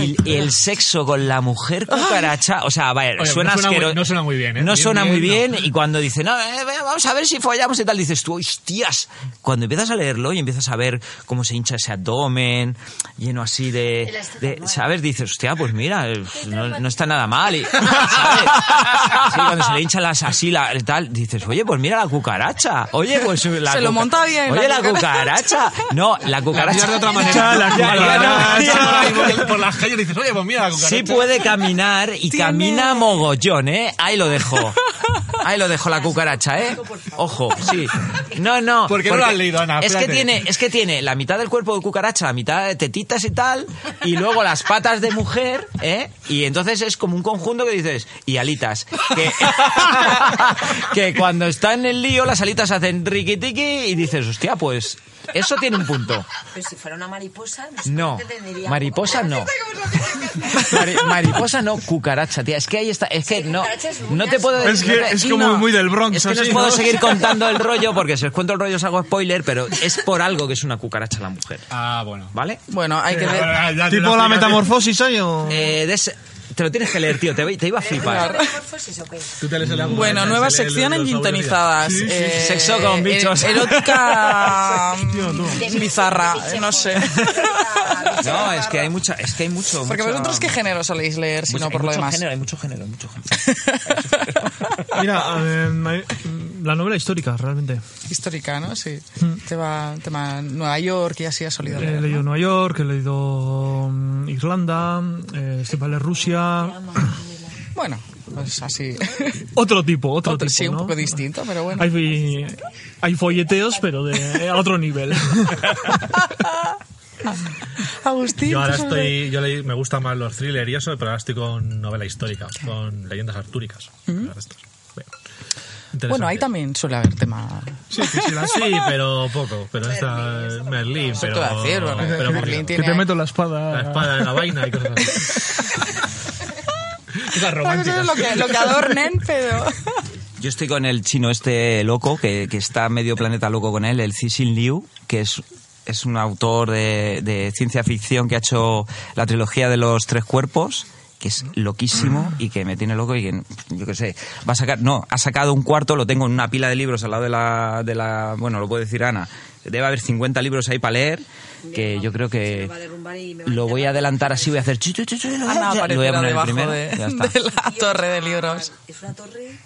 Speaker 6: Y, y el sexo con la mujer cucaracha, o sea, vaya,
Speaker 4: Oye,
Speaker 6: suena
Speaker 4: no suena muy-
Speaker 6: asqueroso.
Speaker 4: no suena muy bien, ¿eh?
Speaker 6: No
Speaker 4: Bien,
Speaker 6: suena muy
Speaker 4: bien,
Speaker 6: bien, y cuando dice, no, eh, ve, vamos a ver si follamos y tal, dices tú, hostias. Cuando empiezas a leerlo y empiezas a ver cómo se hincha ese abdomen, lleno así de.
Speaker 8: El astro
Speaker 6: de-
Speaker 8: normal.
Speaker 6: ¿Sabes? Dices, hostia, pues mira, eh, no, no está nada mal. Y, ¿sabes? Sí, cuando se le hincha las así, la, el tal, dices, oye, pues mira la cucaracha. Oye, pues la
Speaker 3: Se lo
Speaker 6: cuca-
Speaker 3: monta bien,
Speaker 6: Oye,
Speaker 3: la
Speaker 6: la cucaracha. No, la cucaracha.
Speaker 4: miras de otra manera.
Speaker 6: Chala,
Speaker 4: Por la-
Speaker 6: chala, chala.
Speaker 4: y por- Por las calles dices, oye, pues mira, la
Speaker 6: Sí
Speaker 4: cucaracha.
Speaker 6: puede caminar y camina mogollón, ¿eh? Ahí lo dejo. Ahí lo dejo la cucaracha, ¿eh? Ojo, sí. No, no.
Speaker 4: ¿Por qué no lo has leído, Ana?
Speaker 6: Es que,
Speaker 4: Espérate.
Speaker 6: tiene, es que tiene la mitad del cuerpo de cucaracha, la mitad de tetitas y tal, y luego las patas de mujer, ¿eh? Y entonces es como un conjunto que dices, y alitas. Que, que cuando está en el lío, las alitas hacen riqui-tiqui y dices, hostia, pues eso tiene un punto.
Speaker 8: Pero si fuera una mariposa, no. sé,
Speaker 6: No,
Speaker 8: te tendría-
Speaker 6: mariposa no. Mari- mariposa no, cucaracha, tía. Es que ahí está. Es que no. No te puedo
Speaker 7: Es que-
Speaker 6: no te-
Speaker 7: es
Speaker 6: sí,
Speaker 7: como
Speaker 6: no.
Speaker 7: muy del Bronx,
Speaker 6: Es que no os
Speaker 7: así,
Speaker 6: puedo
Speaker 7: ¿no?
Speaker 6: seguir contando el rollo porque si os cuento el rollo os hago spoiler, pero es por algo que es una cucaracha la mujer.
Speaker 4: Ah, bueno.
Speaker 6: ¿Vale?
Speaker 3: Bueno, hay que... ver-
Speaker 4: Ah, ya te lo
Speaker 7: Tipo la
Speaker 4: explicaste.
Speaker 7: metamorfosis, ¿eh? O-
Speaker 6: Eh, de ese- te lo tienes que leer, tío. Te, ve- te iba a flipar. Eh,
Speaker 8: Metamorfosis, ¿o qué?
Speaker 4: Tú te lees el agua,
Speaker 3: Bueno,
Speaker 4: se
Speaker 3: nueva
Speaker 4: lee
Speaker 3: sección
Speaker 4: los
Speaker 3: en
Speaker 4: dinosaurios y ya.
Speaker 3: Gintonizadas. Eh,
Speaker 6: Sexo con bichos.
Speaker 3: er- Erótica.
Speaker 7: Tío, tú.
Speaker 3: bizarra, eh, no sé.
Speaker 6: No, es que hay mucha, es que hay mucho.
Speaker 3: Porque
Speaker 6: mucha-
Speaker 3: vosotros qué género soléis leer, si
Speaker 6: mucho-
Speaker 3: no
Speaker 6: Pues hay
Speaker 3: por lo
Speaker 6: mucho
Speaker 3: demás.
Speaker 6: género, hay mucho género, hay mucho género.
Speaker 7: Mira, eh, mm, la novela histórica, realmente.
Speaker 3: Histórica, ¿no? Sí. Tema, tema Nueva York y así has solido
Speaker 7: He
Speaker 3: leer.
Speaker 7: leído
Speaker 3: ¿no?
Speaker 7: Nueva York, he leído mm, Irlanda, eh, estoy para leer Rusia.
Speaker 3: Bueno, pues así.
Speaker 7: Otro tipo, otro,
Speaker 3: Otro,
Speaker 7: tipo.
Speaker 3: sí, un
Speaker 7: ¿no?
Speaker 3: poco distinto, pero bueno.
Speaker 7: eh, Hay, hay folleteos, pero de, a otro nivel.
Speaker 3: Agustín.
Speaker 4: Yo ahora
Speaker 3: tú sobre-
Speaker 4: estoy, yo leí- me gustan más los thrillers y eso, pero ahora estoy con novela histórica, con leyendas artúricas. Las estas. Bueno,
Speaker 3: Mm. Bueno, ahí
Speaker 4: interesante.
Speaker 3: también suele haber tema.
Speaker 4: Sí, sí, sí, la- sí, pero poco. Pero esta Merlín,
Speaker 3: Eso te
Speaker 4: pero.
Speaker 3: iba a decir, bueno,
Speaker 4: pero
Speaker 3: Merlín
Speaker 4: poquito.
Speaker 3: tiene-
Speaker 7: Que te meto la espada.
Speaker 4: La espada en la vaina y cosas así. Cosas
Speaker 3: Otra cosa es
Speaker 4: románticas.
Speaker 3: lo que, lo que adornen, pero.
Speaker 6: Yo estoy con el chino este loco, que, que está medio planeta loco con él, el Cixin Liu, que es, es un autor de, de ciencia ficción que ha hecho la trilogía de los tres cuerpos que es loquísimo y que me tiene loco y que yo qué sé va a sacar no ha sacado un cuarto lo tengo en una pila de libros al lado de la de la bueno lo puede decir Ana debe haber 50 libros ahí para leer que yo creo que lo voy a adelantar así voy a hacer chu, chu, chu, chu, lo Ah, voy
Speaker 3: Ana
Speaker 6: a poner
Speaker 3: aparecerá
Speaker 6: el
Speaker 3: debajo
Speaker 6: primero,
Speaker 3: de,
Speaker 6: ya está.
Speaker 3: de la torre de libros.
Speaker 8: Es una torre.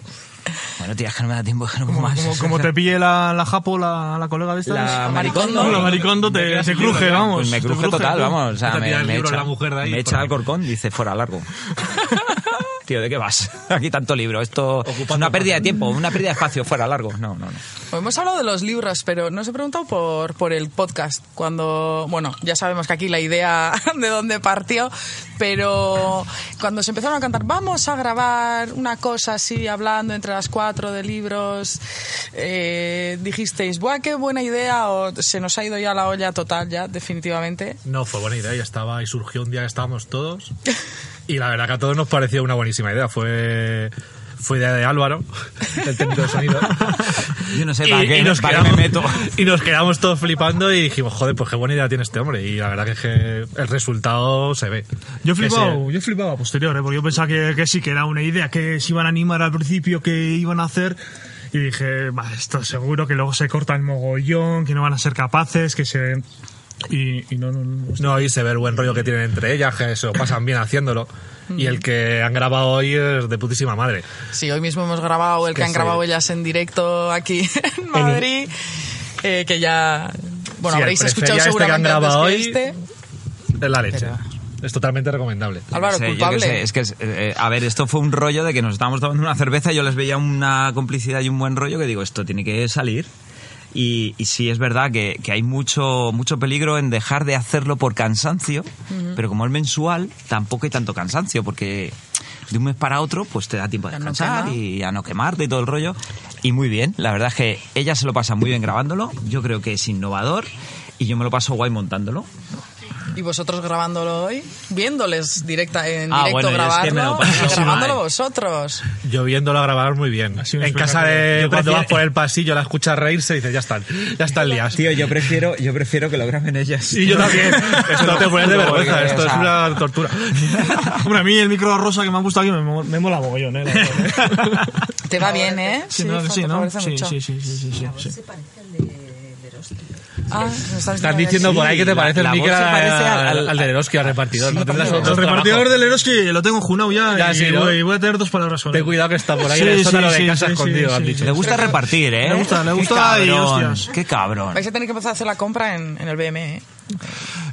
Speaker 6: bueno tía es que no me da tiempo es que no puedo
Speaker 7: Como,
Speaker 6: más
Speaker 7: como- como te pille la, la japo, la, la colega de esta. pues,
Speaker 6: La
Speaker 3: maricondo.
Speaker 7: La maricondo
Speaker 4: Me
Speaker 7: te,
Speaker 4: quedas
Speaker 7: se
Speaker 4: sin libro,
Speaker 7: cruje,
Speaker 4: ya.
Speaker 7: vamos.
Speaker 6: Pues me
Speaker 7: te
Speaker 6: cruje
Speaker 7: cruje.
Speaker 6: total, vamos. O sea,
Speaker 4: Vete a
Speaker 6: me,
Speaker 4: tirar el
Speaker 6: me
Speaker 4: libro a
Speaker 6: echa,
Speaker 4: la mujer de ahí,
Speaker 6: me
Speaker 4: por
Speaker 6: echa al
Speaker 4: favor.
Speaker 6: corcón, dice, fuera largo. Tío, ¿de qué vas? Aquí tanto libro. Esto es
Speaker 4: Ocupando
Speaker 6: una pérdida de
Speaker 4: espacio.
Speaker 6: tiempo, una pérdida de espacio, fuera largo. No, no, no.
Speaker 3: Pues Hemos hablado de los libros, pero no os he preguntado por, por el podcast. Cuando, bueno, ya sabemos que aquí la idea de dónde partió, pero cuando se empezaron a cantar, vamos a grabar una cosa así, hablando entre las cuatro de libros, eh, dijisteis, ¡buah, qué buena idea! O se nos ha ido ya la olla total, ya, definitivamente.
Speaker 4: No, fue buena idea, ya estaba y surgió un día que estábamos todos. Y la verdad que a todos nos pareció una buenísima idea. Fue, fue idea de Álvaro, el técnico de sonido.
Speaker 6: Yo no sé para qué, para qué me meto.
Speaker 4: y nos quedamos todos flipando y dijimos, joder, pues qué buena idea tiene este hombre. Y la verdad que, es que el resultado se ve.
Speaker 7: Yo
Speaker 4: Que se-
Speaker 7: flipaba, yo flipaba posterior, ¿eh? porque yo pensaba que, que sí, que era una idea que se iban a animar al principio, que iban a hacer. Y dije, "Bah, esto seguro que luego se cortan mogollón, que no van a ser capaces, que se. Y, y no, no, no.
Speaker 4: No, y se ve el buen rollo que tienen entre ellas, que se lo pasan bien haciéndolo. Y el que han grabado hoy es de putísima madre.
Speaker 3: Sí, hoy mismo hemos grabado el que,
Speaker 4: que
Speaker 3: han
Speaker 4: se-
Speaker 3: grabado ellas en directo aquí en Madrid, eh, que ya,
Speaker 4: Sí,
Speaker 3: bueno,
Speaker 4: el
Speaker 3: habréis escuchado
Speaker 4: prefería este que han
Speaker 3: seguramente
Speaker 4: grabado
Speaker 3: antes que
Speaker 4: hoy.
Speaker 3: este.
Speaker 4: Es la leche.
Speaker 3: Pero-
Speaker 4: Es totalmente recomendable.
Speaker 3: Álvaro,
Speaker 6: Yo qué sé, yo qué
Speaker 3: culpable.
Speaker 6: sé, es que, es- eh, a ver, esto fue un rollo de que nos estábamos tomando una cerveza y yo les veía una complicidad y un buen rollo que digo, esto tiene que salir. Y, y sí, es verdad que, que hay mucho, mucho peligro en dejar de hacerlo por cansancio, pero como es mensual, tampoco hay tanto cansancio, porque de un mes para otro, pues te da tiempo de
Speaker 3: Ya no
Speaker 6: descansar
Speaker 3: quema.
Speaker 6: y a no quemarte y todo el rollo. Y muy bien, la verdad es que ella se lo pasa muy bien grabándolo, yo creo que es innovador y yo me lo paso guay montándolo.
Speaker 3: Y vosotros grabándolo hoy, viéndoles directa, en
Speaker 6: Ah,
Speaker 3: directo
Speaker 6: bueno, yo es que me
Speaker 3: grabarlo
Speaker 6: lo paso
Speaker 3: y grabándolo
Speaker 6: mal.
Speaker 3: vosotros.
Speaker 4: Yo viéndolo grabar muy bien.
Speaker 7: Ha sido un
Speaker 4: En casa de
Speaker 7: espectáculo. Yo
Speaker 4: cuando
Speaker 7: prefiero-
Speaker 4: vas por el pasillo, la escuchas reírse y dices, ya están, ya están lías.
Speaker 6: yo prefiero, yo prefiero que lo graben ellas.
Speaker 4: Y yo también. Esto te
Speaker 7: Pues
Speaker 4: pones de
Speaker 6: Porque,
Speaker 4: vergüenza, esto
Speaker 6: o
Speaker 4: es
Speaker 6: sea,
Speaker 4: una tortura.
Speaker 7: Hombre, a mí el micro rosa que me ha gustado aquí me, mo- me mola mogollón, ¿eh? la verdad, ¿eh?
Speaker 3: Te va bien, ¿eh?
Speaker 7: Sí, no,
Speaker 3: fa-
Speaker 7: sí,
Speaker 3: te
Speaker 7: ¿no?
Speaker 3: favorece
Speaker 7: Sí,
Speaker 3: mucho.
Speaker 7: sí, sí, sí, sí, sí, sí.
Speaker 3: Ah, me
Speaker 4: Estás diciendo por ahí que te
Speaker 6: la-
Speaker 4: parece el
Speaker 6: la voz
Speaker 4: micro
Speaker 6: se
Speaker 4: al,
Speaker 6: parece al-
Speaker 4: al, de Leroski, al repartidor. no tendrás
Speaker 7: El
Speaker 4: otro
Speaker 7: repartidor
Speaker 4: trabajo.
Speaker 7: del Eroski lo tengo junado ya,
Speaker 4: Ya,
Speaker 7: y,
Speaker 4: sí, ¿no?
Speaker 7: voy, voy a tener dos palabras con él.
Speaker 4: Ten cuidado que está por ahí
Speaker 7: Sí,
Speaker 4: en el
Speaker 7: sí,
Speaker 4: sótano
Speaker 7: sí,
Speaker 4: de casa
Speaker 7: sí,
Speaker 4: escondido,
Speaker 7: sí,
Speaker 4: han
Speaker 7: sí.
Speaker 4: dicho.
Speaker 6: Le gusta repartir, ¿eh?
Speaker 7: Le gusta, le
Speaker 6: Qué
Speaker 7: gusta y
Speaker 6: cabrón,
Speaker 7: hostias.
Speaker 6: Qué cabrón.
Speaker 3: Vais a tener que empezar a hacer la compra en, en el BME, ¿eh?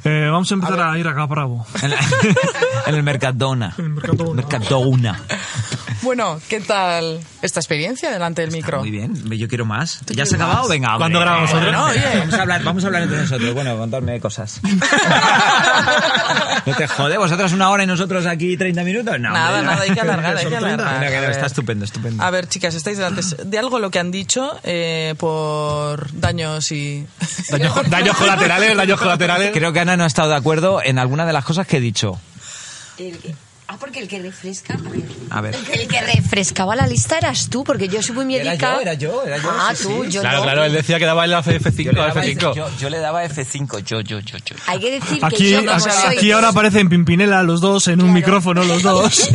Speaker 7: Eh, vamos a empezar a, ir a Capravo.
Speaker 6: En, la- en el Mercadona.
Speaker 7: En el Mercadona.
Speaker 6: Mercadona.
Speaker 3: Bueno, ¿qué tal esta experiencia delante del micro?
Speaker 6: Muy bien, yo quiero más. ¿Ya se ha acabado? Venga, hombre.
Speaker 4: ¿Cuándo grabamos otro?
Speaker 6: Bueno,
Speaker 3: Oye.
Speaker 6: Vamos a hablar, vamos a hablar entre nosotros. Bueno, contarme cosas. No te jode, vosotros una hora y nosotros aquí 30 minutos. No,
Speaker 3: Nada,
Speaker 6: hombre, no.
Speaker 3: nada, hay que alargar, hay que
Speaker 6: Son 30.
Speaker 3: alargar.
Speaker 6: No, que no,
Speaker 3: A
Speaker 6: está
Speaker 3: ver.
Speaker 6: estupendo, estupendo.
Speaker 3: A ver, chicas, estáis delante de algo lo que han dicho eh, por daños y...
Speaker 4: Daños, daños colaterales, daños colaterales.
Speaker 6: Creo que Ana no ha estado de acuerdo en alguna de las cosas que he dicho.
Speaker 8: El que- ah, porque el que refresca. a ver.
Speaker 6: A ver.
Speaker 8: El que refrescaba la lista eras tú, porque yo soy muy
Speaker 6: Era
Speaker 8: médica.
Speaker 6: yo, era yo, era yo,
Speaker 8: Ah,
Speaker 6: sí,
Speaker 8: tú,
Speaker 6: sí.
Speaker 8: yo
Speaker 4: Claro,
Speaker 8: no.
Speaker 4: claro, él decía que daba el F5,
Speaker 6: F5.
Speaker 4: F5.
Speaker 6: Yo, yo le daba F5, yo, yo, yo, yo.
Speaker 8: Hay que decir que
Speaker 7: Aquí,
Speaker 8: yo como
Speaker 7: aquí,
Speaker 8: soy-
Speaker 7: aquí ahora aparecen Pimpinela los dos en un
Speaker 8: Claro.
Speaker 7: micrófono los dos.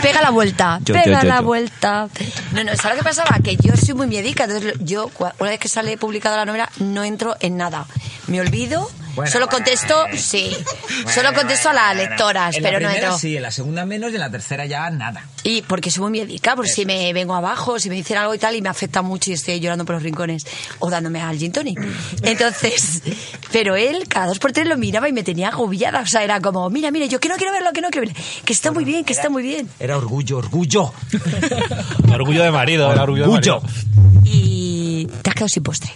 Speaker 8: Pega la vuelta,
Speaker 6: Yo,
Speaker 8: pega
Speaker 6: yo, yo,
Speaker 8: la
Speaker 6: yo.
Speaker 8: vuelta. No, no, ¿sabes lo que pasaba? Que yo soy muy miedica, entonces lo- yo, cua- una vez que sale publicada la novela, no entro en nada. Me olvido,
Speaker 6: Bueno,
Speaker 8: solo
Speaker 6: bueno,
Speaker 8: contesto,
Speaker 6: eh.
Speaker 8: sí,
Speaker 6: Bueno,
Speaker 8: solo contesto a las
Speaker 6: bueno,
Speaker 8: lectoras,
Speaker 6: en
Speaker 8: pero
Speaker 6: la
Speaker 8: no
Speaker 6: primera
Speaker 8: entro.
Speaker 6: Sí, en la segunda menos y en la tercera ya nada.
Speaker 8: Y porque soy muy miedica, por si me vengo abajo, si me dicen algo y tal, y me afecta mucho y estoy llorando por los rincones o dándome al gin tonic.
Speaker 6: Mm.
Speaker 8: Entonces, pero él cada dos por tres lo miraba y me tenía agobiada. O sea, era como, mira, mira, yo que no quiero verlo, que no quiero verlo, que está muy bien, que está muy bien.
Speaker 6: Era orgullo, orgullo.
Speaker 4: Orgullo de marido, era orgullo de
Speaker 6: Orgullo.
Speaker 4: marido.
Speaker 8: Y te has quedado sin postre.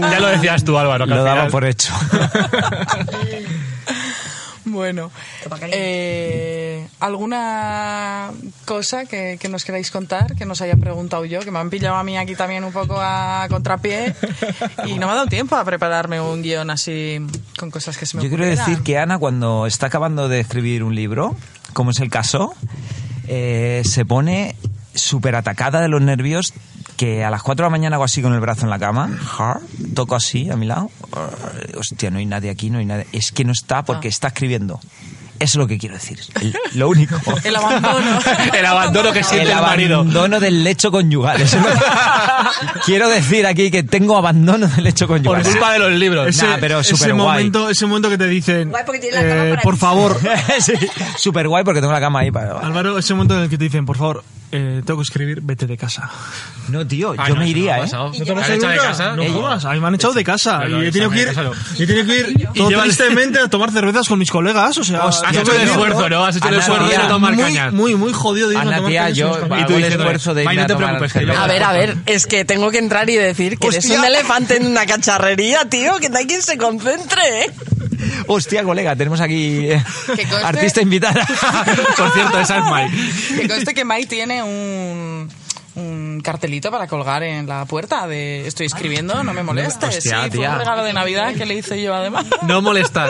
Speaker 4: ya lo decías tú, Álvaro. que
Speaker 6: Lo
Speaker 4: al
Speaker 6: daba
Speaker 4: final-
Speaker 6: por hecho.
Speaker 3: Bueno, eh, ¿alguna cosa que, que nos queráis contar que nos haya preguntado yo? Que me han pillado a mí aquí también un poco a contrapié y no me ha dado tiempo a prepararme un guión así con cosas que se me
Speaker 6: Yo quiero
Speaker 3: ocurrieran.
Speaker 6: decir que Ana, cuando está acabando de escribir un libro, como es el caso, eh, se pone súper atacada de los nervios que a las 4 de la mañana hago así con el brazo en la cama, jar, toco así a mi lado, Arr, hostia, no hay nadie aquí, no hay nadie, es que no está porque está escribiendo. Eso es lo que quiero decir, el- lo único.
Speaker 3: El abandono.
Speaker 4: El abandono que siente
Speaker 6: el
Speaker 4: el marido.
Speaker 6: abandono del lecho conyugal. eso es lo que- Quiero decir aquí que tengo abandono del lecho
Speaker 4: Por
Speaker 6: conyugal.
Speaker 4: culpa de los libros.
Speaker 6: Ese- Nah, pero
Speaker 7: ese
Speaker 6: superguay.
Speaker 7: momento, ese momento que te dicen,
Speaker 8: Guay, porque tiene la cama
Speaker 7: eh,
Speaker 8: para
Speaker 7: por
Speaker 8: ti.
Speaker 7: favor,
Speaker 6: Súper guay porque tengo la cama ahí para...
Speaker 4: Ah,
Speaker 7: Álvaro, ese momento en el que te dicen, por favor, eh, tengo que escribir, vete de casa.
Speaker 6: No, tío,
Speaker 4: Ah,
Speaker 6: yo
Speaker 4: no,
Speaker 6: me
Speaker 4: eso
Speaker 6: iría,
Speaker 4: no
Speaker 6: ¿eh?
Speaker 4: ha pasado.
Speaker 7: ¿No
Speaker 4: ¿Te han echado de casa?
Speaker 7: No
Speaker 6: Ella.
Speaker 7: jodas, a mí me han echado de casa
Speaker 4: Pero
Speaker 7: y he
Speaker 4: eso,
Speaker 7: tenido que ir,
Speaker 4: hombre, eso
Speaker 7: y he tenido que ir todo
Speaker 4: llevas-
Speaker 7: tristemente a tomar cervezas con mis colegas, o sea,
Speaker 6: Hostia,
Speaker 4: Has
Speaker 7: yo
Speaker 4: hecho el
Speaker 7: he venido
Speaker 4: esfuerzo, ¿no? Has hecho el
Speaker 6: Ana,
Speaker 4: esfuerzo de
Speaker 6: tía,
Speaker 4: no tomar
Speaker 7: muy,
Speaker 4: caña.
Speaker 7: Muy, muy jodido de irme a
Speaker 6: Ana,
Speaker 7: tomar
Speaker 6: tía,
Speaker 7: cervezas
Speaker 6: yo
Speaker 7: con mis colegas.
Speaker 4: Y
Speaker 6: hago
Speaker 4: tú
Speaker 6: el
Speaker 4: diciendo,
Speaker 6: esfuerzo de
Speaker 4: "May,
Speaker 6: irme
Speaker 4: no
Speaker 6: a
Speaker 4: te
Speaker 6: tomar
Speaker 4: preocupes,
Speaker 6: cerveza".
Speaker 4: que yo-
Speaker 5: A ver, a ver, es que tengo que entrar y decir que eres
Speaker 6: Hostia.
Speaker 5: un elefante en una cacharrería, tío, que no hay quien se concentre, ¿eh?
Speaker 6: Hostia, colega, tenemos aquí eh,
Speaker 3: Que conste-
Speaker 6: artista invitada.
Speaker 4: Por cierto, esa es Mike.
Speaker 3: Que conste que Mai tiene un, un cartelito para colgar en la puerta de estoy escribiendo, no me molestes.
Speaker 4: Hostia,
Speaker 3: sí, fue
Speaker 4: tía.
Speaker 3: un regalo de Navidad que le hice yo además.
Speaker 4: No molestar.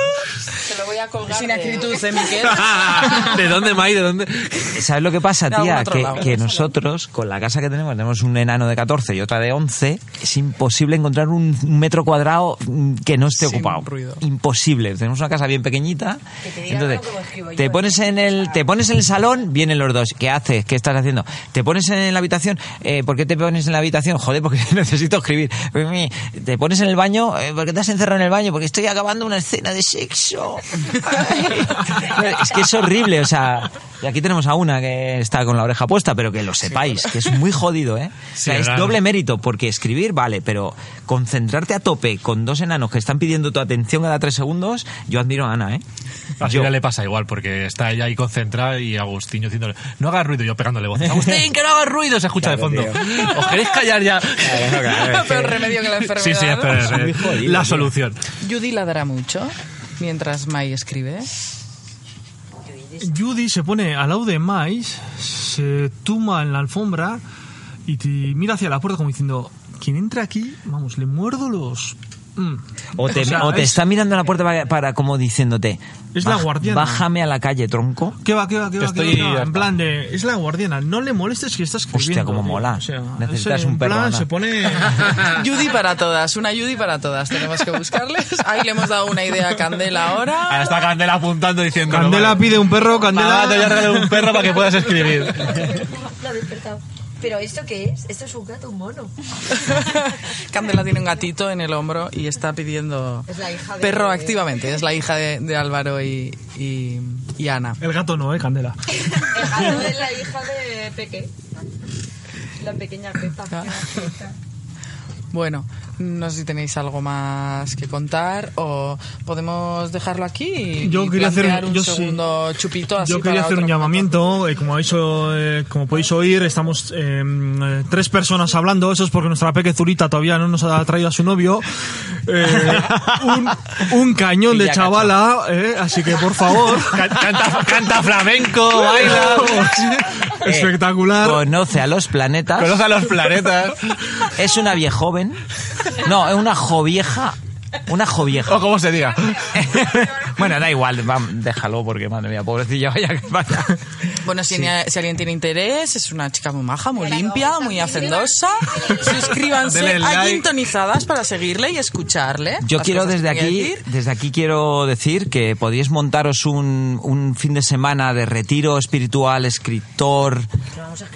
Speaker 3: Sin acritud, ¿eh, Miquel?
Speaker 4: ¿De dónde, Mike? ¿De dónde?
Speaker 6: ¿Sabes lo que pasa,
Speaker 3: De algún
Speaker 6: tía?
Speaker 3: otro
Speaker 6: Que,
Speaker 3: lado.
Speaker 6: que nosotros, con la casa que tenemos, tenemos un enano de 14 y otra de 11, es imposible encontrar un un metro cuadrado mm, que no esté
Speaker 3: Sin
Speaker 6: ocupado.
Speaker 3: ruido.
Speaker 6: Imposible. Tenemos una casa bien pequeñita.
Speaker 8: te digan
Speaker 6: Entonces,
Speaker 8: algo como escribo yo,
Speaker 6: te
Speaker 8: ¿eh?
Speaker 6: pones en el te pones en el salón, vienen los dos. ¿Qué haces? ¿Qué estás haciendo? Te pones en la habitación. Eh, ¿Por qué te pones en la habitación? Joder, porque necesito escribir. Pues, Te pones en el baño. Eh, ¿Por qué te has encerrado en el baño? Porque estoy acabando una escena de sexo. Es que es horrible, o sea, y aquí tenemos a una que está con la oreja puesta, pero que lo sepáis, que es muy jodido, ¿eh? O sea,
Speaker 4: Sí,
Speaker 6: es
Speaker 4: claro.
Speaker 6: doble mérito, porque escribir vale, pero concentrarte a tope con dos enanos que están pidiendo tu atención cada tres segundos, yo admiro a Ana, ¿eh?
Speaker 4: A
Speaker 6: Yo-
Speaker 4: Silvia le pasa igual, porque está ella ahí concentrada y Agustín diciéndole, no hagas ruido, yo pegándole voz. Agustín, que no hagas ruido, se escucha de fondo. ¿Os queréis callar ya?
Speaker 3: Peor remedio que la enfermedad.
Speaker 4: Sí, sí, es
Speaker 3: ¿no?
Speaker 4: peor, es eh,
Speaker 6: Muy jodido,
Speaker 4: la
Speaker 6: tío.
Speaker 4: solución.
Speaker 3: Judy ladra mucho mientras Mai escribe.
Speaker 7: Judy se pone al lado de Mais, se tumba en la alfombra y te mira hacia la puerta como diciendo, quien entra aquí, vamos, le muerdo los... Mm.
Speaker 6: O te,
Speaker 7: O sea,
Speaker 6: o te
Speaker 7: es-
Speaker 6: está mirando a la puerta para, para como diciéndote,
Speaker 7: Es la
Speaker 6: "Baj-
Speaker 7: guardiana".
Speaker 6: bájame a la calle, tronco.
Speaker 7: ¿Qué va, qué va, qué
Speaker 4: Te
Speaker 7: va? qué va,
Speaker 4: estoy
Speaker 7: qué va?
Speaker 4: hartando.
Speaker 7: En plan de, es la guardiana, no le molestes que estás escribiendo.
Speaker 6: Hostia, cómo
Speaker 7: tío.
Speaker 6: mola. Necesitas
Speaker 7: ese,
Speaker 6: un perro,
Speaker 7: En plan,
Speaker 6: Ana.
Speaker 7: se pone...
Speaker 3: Judy para todas, una Judy para todas. Tenemos que buscarles. Ahí le hemos dado una idea a Candela ahora.
Speaker 7: Ah.
Speaker 4: Ahora está Candela apuntando diciendo,
Speaker 7: Candela pide un perro,
Speaker 4: Candela, te voy
Speaker 7: Candela...
Speaker 4: a regalar un perro para que puedas escribir.
Speaker 8: Lo ha despertado. ¿Pero esto qué es? Esto es un gato, un mono.
Speaker 3: Candela tiene un gatito en el hombro y está pidiendo
Speaker 8: Es la hija de-
Speaker 3: perro activamente. Es la hija de, de Álvaro y, y- y Ana.
Speaker 7: El gato no, eh, Candela.
Speaker 9: El gato es la hija de Peque. La pequeña Pepa.
Speaker 8: Ah.
Speaker 3: Bueno, no sé si tenéis algo más que contar o podemos dejarlo aquí. y
Speaker 7: Yo quería hacer un-
Speaker 3: plantear un
Speaker 7: yo sí.
Speaker 3: segundo chupito. Así
Speaker 7: Yo quería
Speaker 3: Ah, para
Speaker 7: hacer un
Speaker 3: otro-
Speaker 7: llamamiento, eh, como, habéis o- eh, como podéis oír, estamos eh, eh, tres personas hablando, eso es porque nuestra peque Zurita todavía no nos ha traído a su novio, Eh, un, un cañón de
Speaker 6: Pillacacho.
Speaker 7: chavala, eh, así que por favor,
Speaker 4: Can- Canta, canta flamenco, baila,
Speaker 6: Eh,
Speaker 7: espectacular.
Speaker 6: Conoce a los planetas.
Speaker 4: conoce a los planetas.
Speaker 6: Es una viejoven. No, es una jovieja. Una jovieja.
Speaker 4: O como se diga.
Speaker 6: bueno, da igual, va, déjalo porque, madre mía, pobrecilla, vaya que vaya.
Speaker 3: Bueno, si, ni- si alguien tiene interés, es una chica muy maja, muy limpia, muy hacendosa. Suscríbanse
Speaker 4: Denle
Speaker 3: a
Speaker 4: like.
Speaker 3: Gintonizadas para seguirle y escucharle.
Speaker 6: Yo
Speaker 3: Las
Speaker 6: quiero
Speaker 3: cosas que
Speaker 6: desde
Speaker 3: tenga que
Speaker 6: aquí,
Speaker 3: decir.
Speaker 6: desde aquí quiero decir que podéis montaros un, un fin de semana de retiro espiritual, escritor,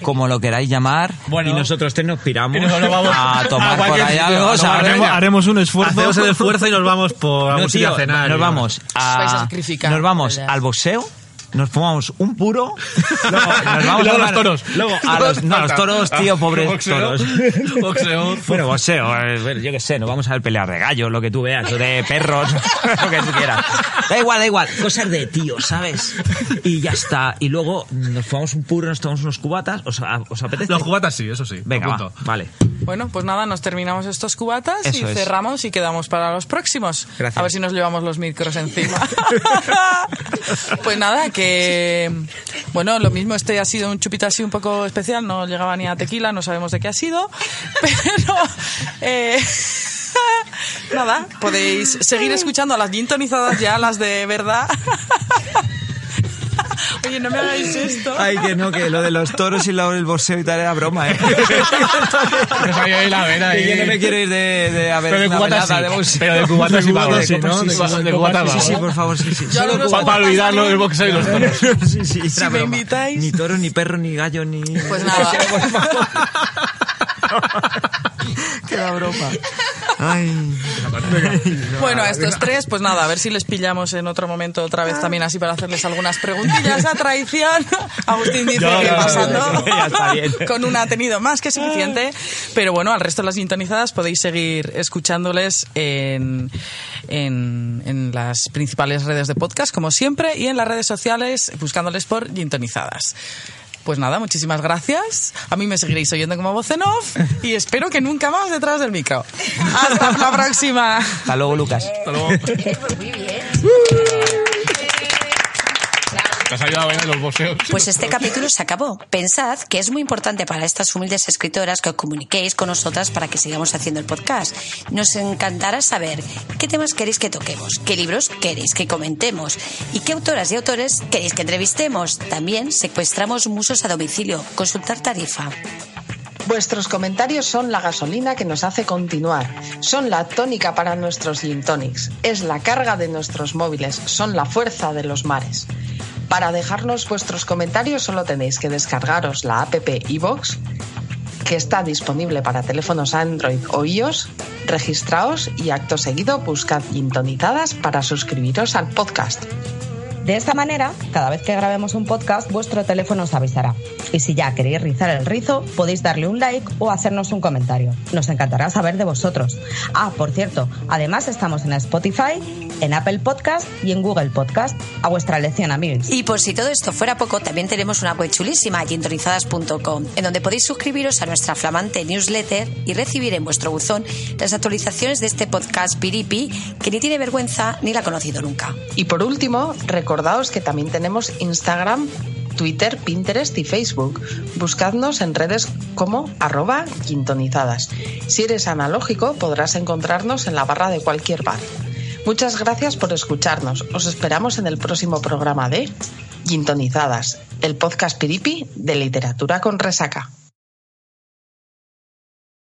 Speaker 6: como lo queráis llamar,
Speaker 4: Bueno,
Speaker 6: y nosotros tres nos piramos
Speaker 4: y nosotros vamos
Speaker 6: a
Speaker 4: a
Speaker 6: tomar por
Speaker 4: cualquier
Speaker 6: ahí
Speaker 4: sitio,
Speaker 6: algo,
Speaker 4: a tomar
Speaker 6: ¿sabes?
Speaker 4: caña.
Speaker 7: Haremos, haremos un esfuerzo.
Speaker 4: Hacemos el esfuerzo y nos vamos por
Speaker 6: No,
Speaker 4: vamos a ir
Speaker 6: tío,
Speaker 4: a cenar.
Speaker 6: nos
Speaker 4: y-
Speaker 6: vamos a,
Speaker 3: Os vais a sacrificar,
Speaker 6: nos vamos
Speaker 3: vaya.
Speaker 6: al boxeo nos fumamos un puro, luego nos
Speaker 4: Y
Speaker 6: vamos
Speaker 4: luego
Speaker 6: a
Speaker 4: los toros.
Speaker 6: Luego a los, no, a los toros, tío, pobres
Speaker 4: Boxeo.
Speaker 6: toros.
Speaker 4: Boxeo.
Speaker 6: Bueno, boxeo, eh, bueno, yo qué sé, nos vamos a ver pelear de gallos, lo que tú veas, o de perros, lo que tú quieras. Da igual, da igual, cosas de tío, ¿sabes? Y ya está. Y luego nos fumamos un puro, nos tomamos unos cubatas, ¿os, a- os apetece?
Speaker 4: Los cubatas sí, eso sí.
Speaker 6: Venga, va,
Speaker 4: apunto.
Speaker 6: vale.
Speaker 3: Bueno, pues nada, nos terminamos estos cubatas y
Speaker 6: Eso es.
Speaker 3: cerramos y quedamos para los próximos.
Speaker 6: Gracias.
Speaker 3: A ver si nos llevamos los micros encima. pues nada, que. Bueno, lo mismo, este ha sido un chupito así un poco especial, no llegaba ni a tequila, no sabemos de qué ha sido. Pero. eh, nada, podéis seguir escuchando a las gintonizadas ya, las de verdad. Oye, no me hagáis esto.
Speaker 6: Ay, que no, que lo de los toros y lo del boxeo y tal era broma, ¿eh?
Speaker 4: Nos ha ido ahí la vena,
Speaker 6: Que yo
Speaker 4: ahí.
Speaker 6: no me quiero ir de, de a ver
Speaker 4: Pero de
Speaker 6: una
Speaker 4: cubatas
Speaker 6: velada
Speaker 4: sí.
Speaker 6: de boxeo.
Speaker 4: Pero de cubatas sí, Pablo, sí, ¿no?
Speaker 6: Sí,
Speaker 4: De
Speaker 6: sí,
Speaker 4: cua-
Speaker 6: sí,
Speaker 4: de cubatas,
Speaker 6: sí, sí,
Speaker 4: ¿no?
Speaker 6: por favor, sí, sí.
Speaker 3: Yo no los
Speaker 4: Pa- Para
Speaker 3: cubatas
Speaker 4: olvidarlo
Speaker 3: ni-
Speaker 4: el boxeo y los toros.
Speaker 6: Sí, sí, era
Speaker 3: Si me
Speaker 6: broma.
Speaker 3: invitáis.
Speaker 6: Ni toro, ni perro, ni gallo, ni...
Speaker 3: Pues nada.
Speaker 6: Queda broma. Ay.
Speaker 3: Bueno, a estos tres, pues nada, a ver si les pillamos en otro momento otra vez también así para hacerles algunas preguntillas a traición. Agustín dice
Speaker 4: Ya,
Speaker 3: que
Speaker 4: ya, ya,
Speaker 3: pasando
Speaker 6: ya está bien.
Speaker 3: con una ha tenido más que suficiente. Pero bueno, al resto de las sintonizadas podéis seguir escuchándoles en, en, en las principales redes de podcast, como siempre, y en las redes sociales buscándoles por sintonizadas. Pues nada, muchísimas gracias. A mí me seguiréis oyendo como voz en off y espero que nunca más detrás del micro. Hasta la próxima.
Speaker 6: Hasta luego, Lucas.
Speaker 8: Muy bien.
Speaker 4: Te has ayudado a ver los boxeos.
Speaker 8: Pues este capítulo se acabó. Pensad que es muy importante para estas humildes escritoras que os comuniquéis con nosotras para que sigamos haciendo el podcast. Nos encantará saber qué temas queréis que toquemos, qué libros queréis que comentemos y qué autoras y autores queréis que entrevistemos. También secuestramos musos a domicilio. Consultar tarifa.
Speaker 10: Vuestros comentarios son la gasolina que nos hace continuar, son la tónica para nuestros gin tonics, es la carga de nuestros móviles, son la fuerza de los mares. Para dejarnos vuestros comentarios solo tenéis que descargaros la app iVox, que está disponible para teléfonos Android o iOS, registraos y acto seguido buscad gin tonizadas para suscribiros al podcast.
Speaker 1: De esta manera, cada vez que grabemos un podcast, vuestro teléfono os avisará. Y si ya queréis rizar el rizo, podéis darle un like o hacernos un comentario. Nos encantará saber de vosotros. Ah, por cierto, además estamos en Spotify, en Apple Podcast y en Google Podcast. A vuestra elección, amigos.
Speaker 8: Y por si todo esto fuera poco, también tenemos una web chulísima, gintonizadas.com, en donde podéis suscribiros a nuestra flamante newsletter y recibir en vuestro buzón las actualizaciones de este podcast Piripi, que ni tiene vergüenza ni la ha conocido nunca.
Speaker 10: Y por último, recordaos que también tenemos Instagram, Twitter, Pinterest y Facebook. Buscadnos en redes como arroba quintonizadas. Si eres analógico, podrás encontrarnos en la barra de cualquier bar. Muchas gracias por escucharnos. Os esperamos en el próximo programa de Quintonizadas, el podcast Piripi de literatura con resaca.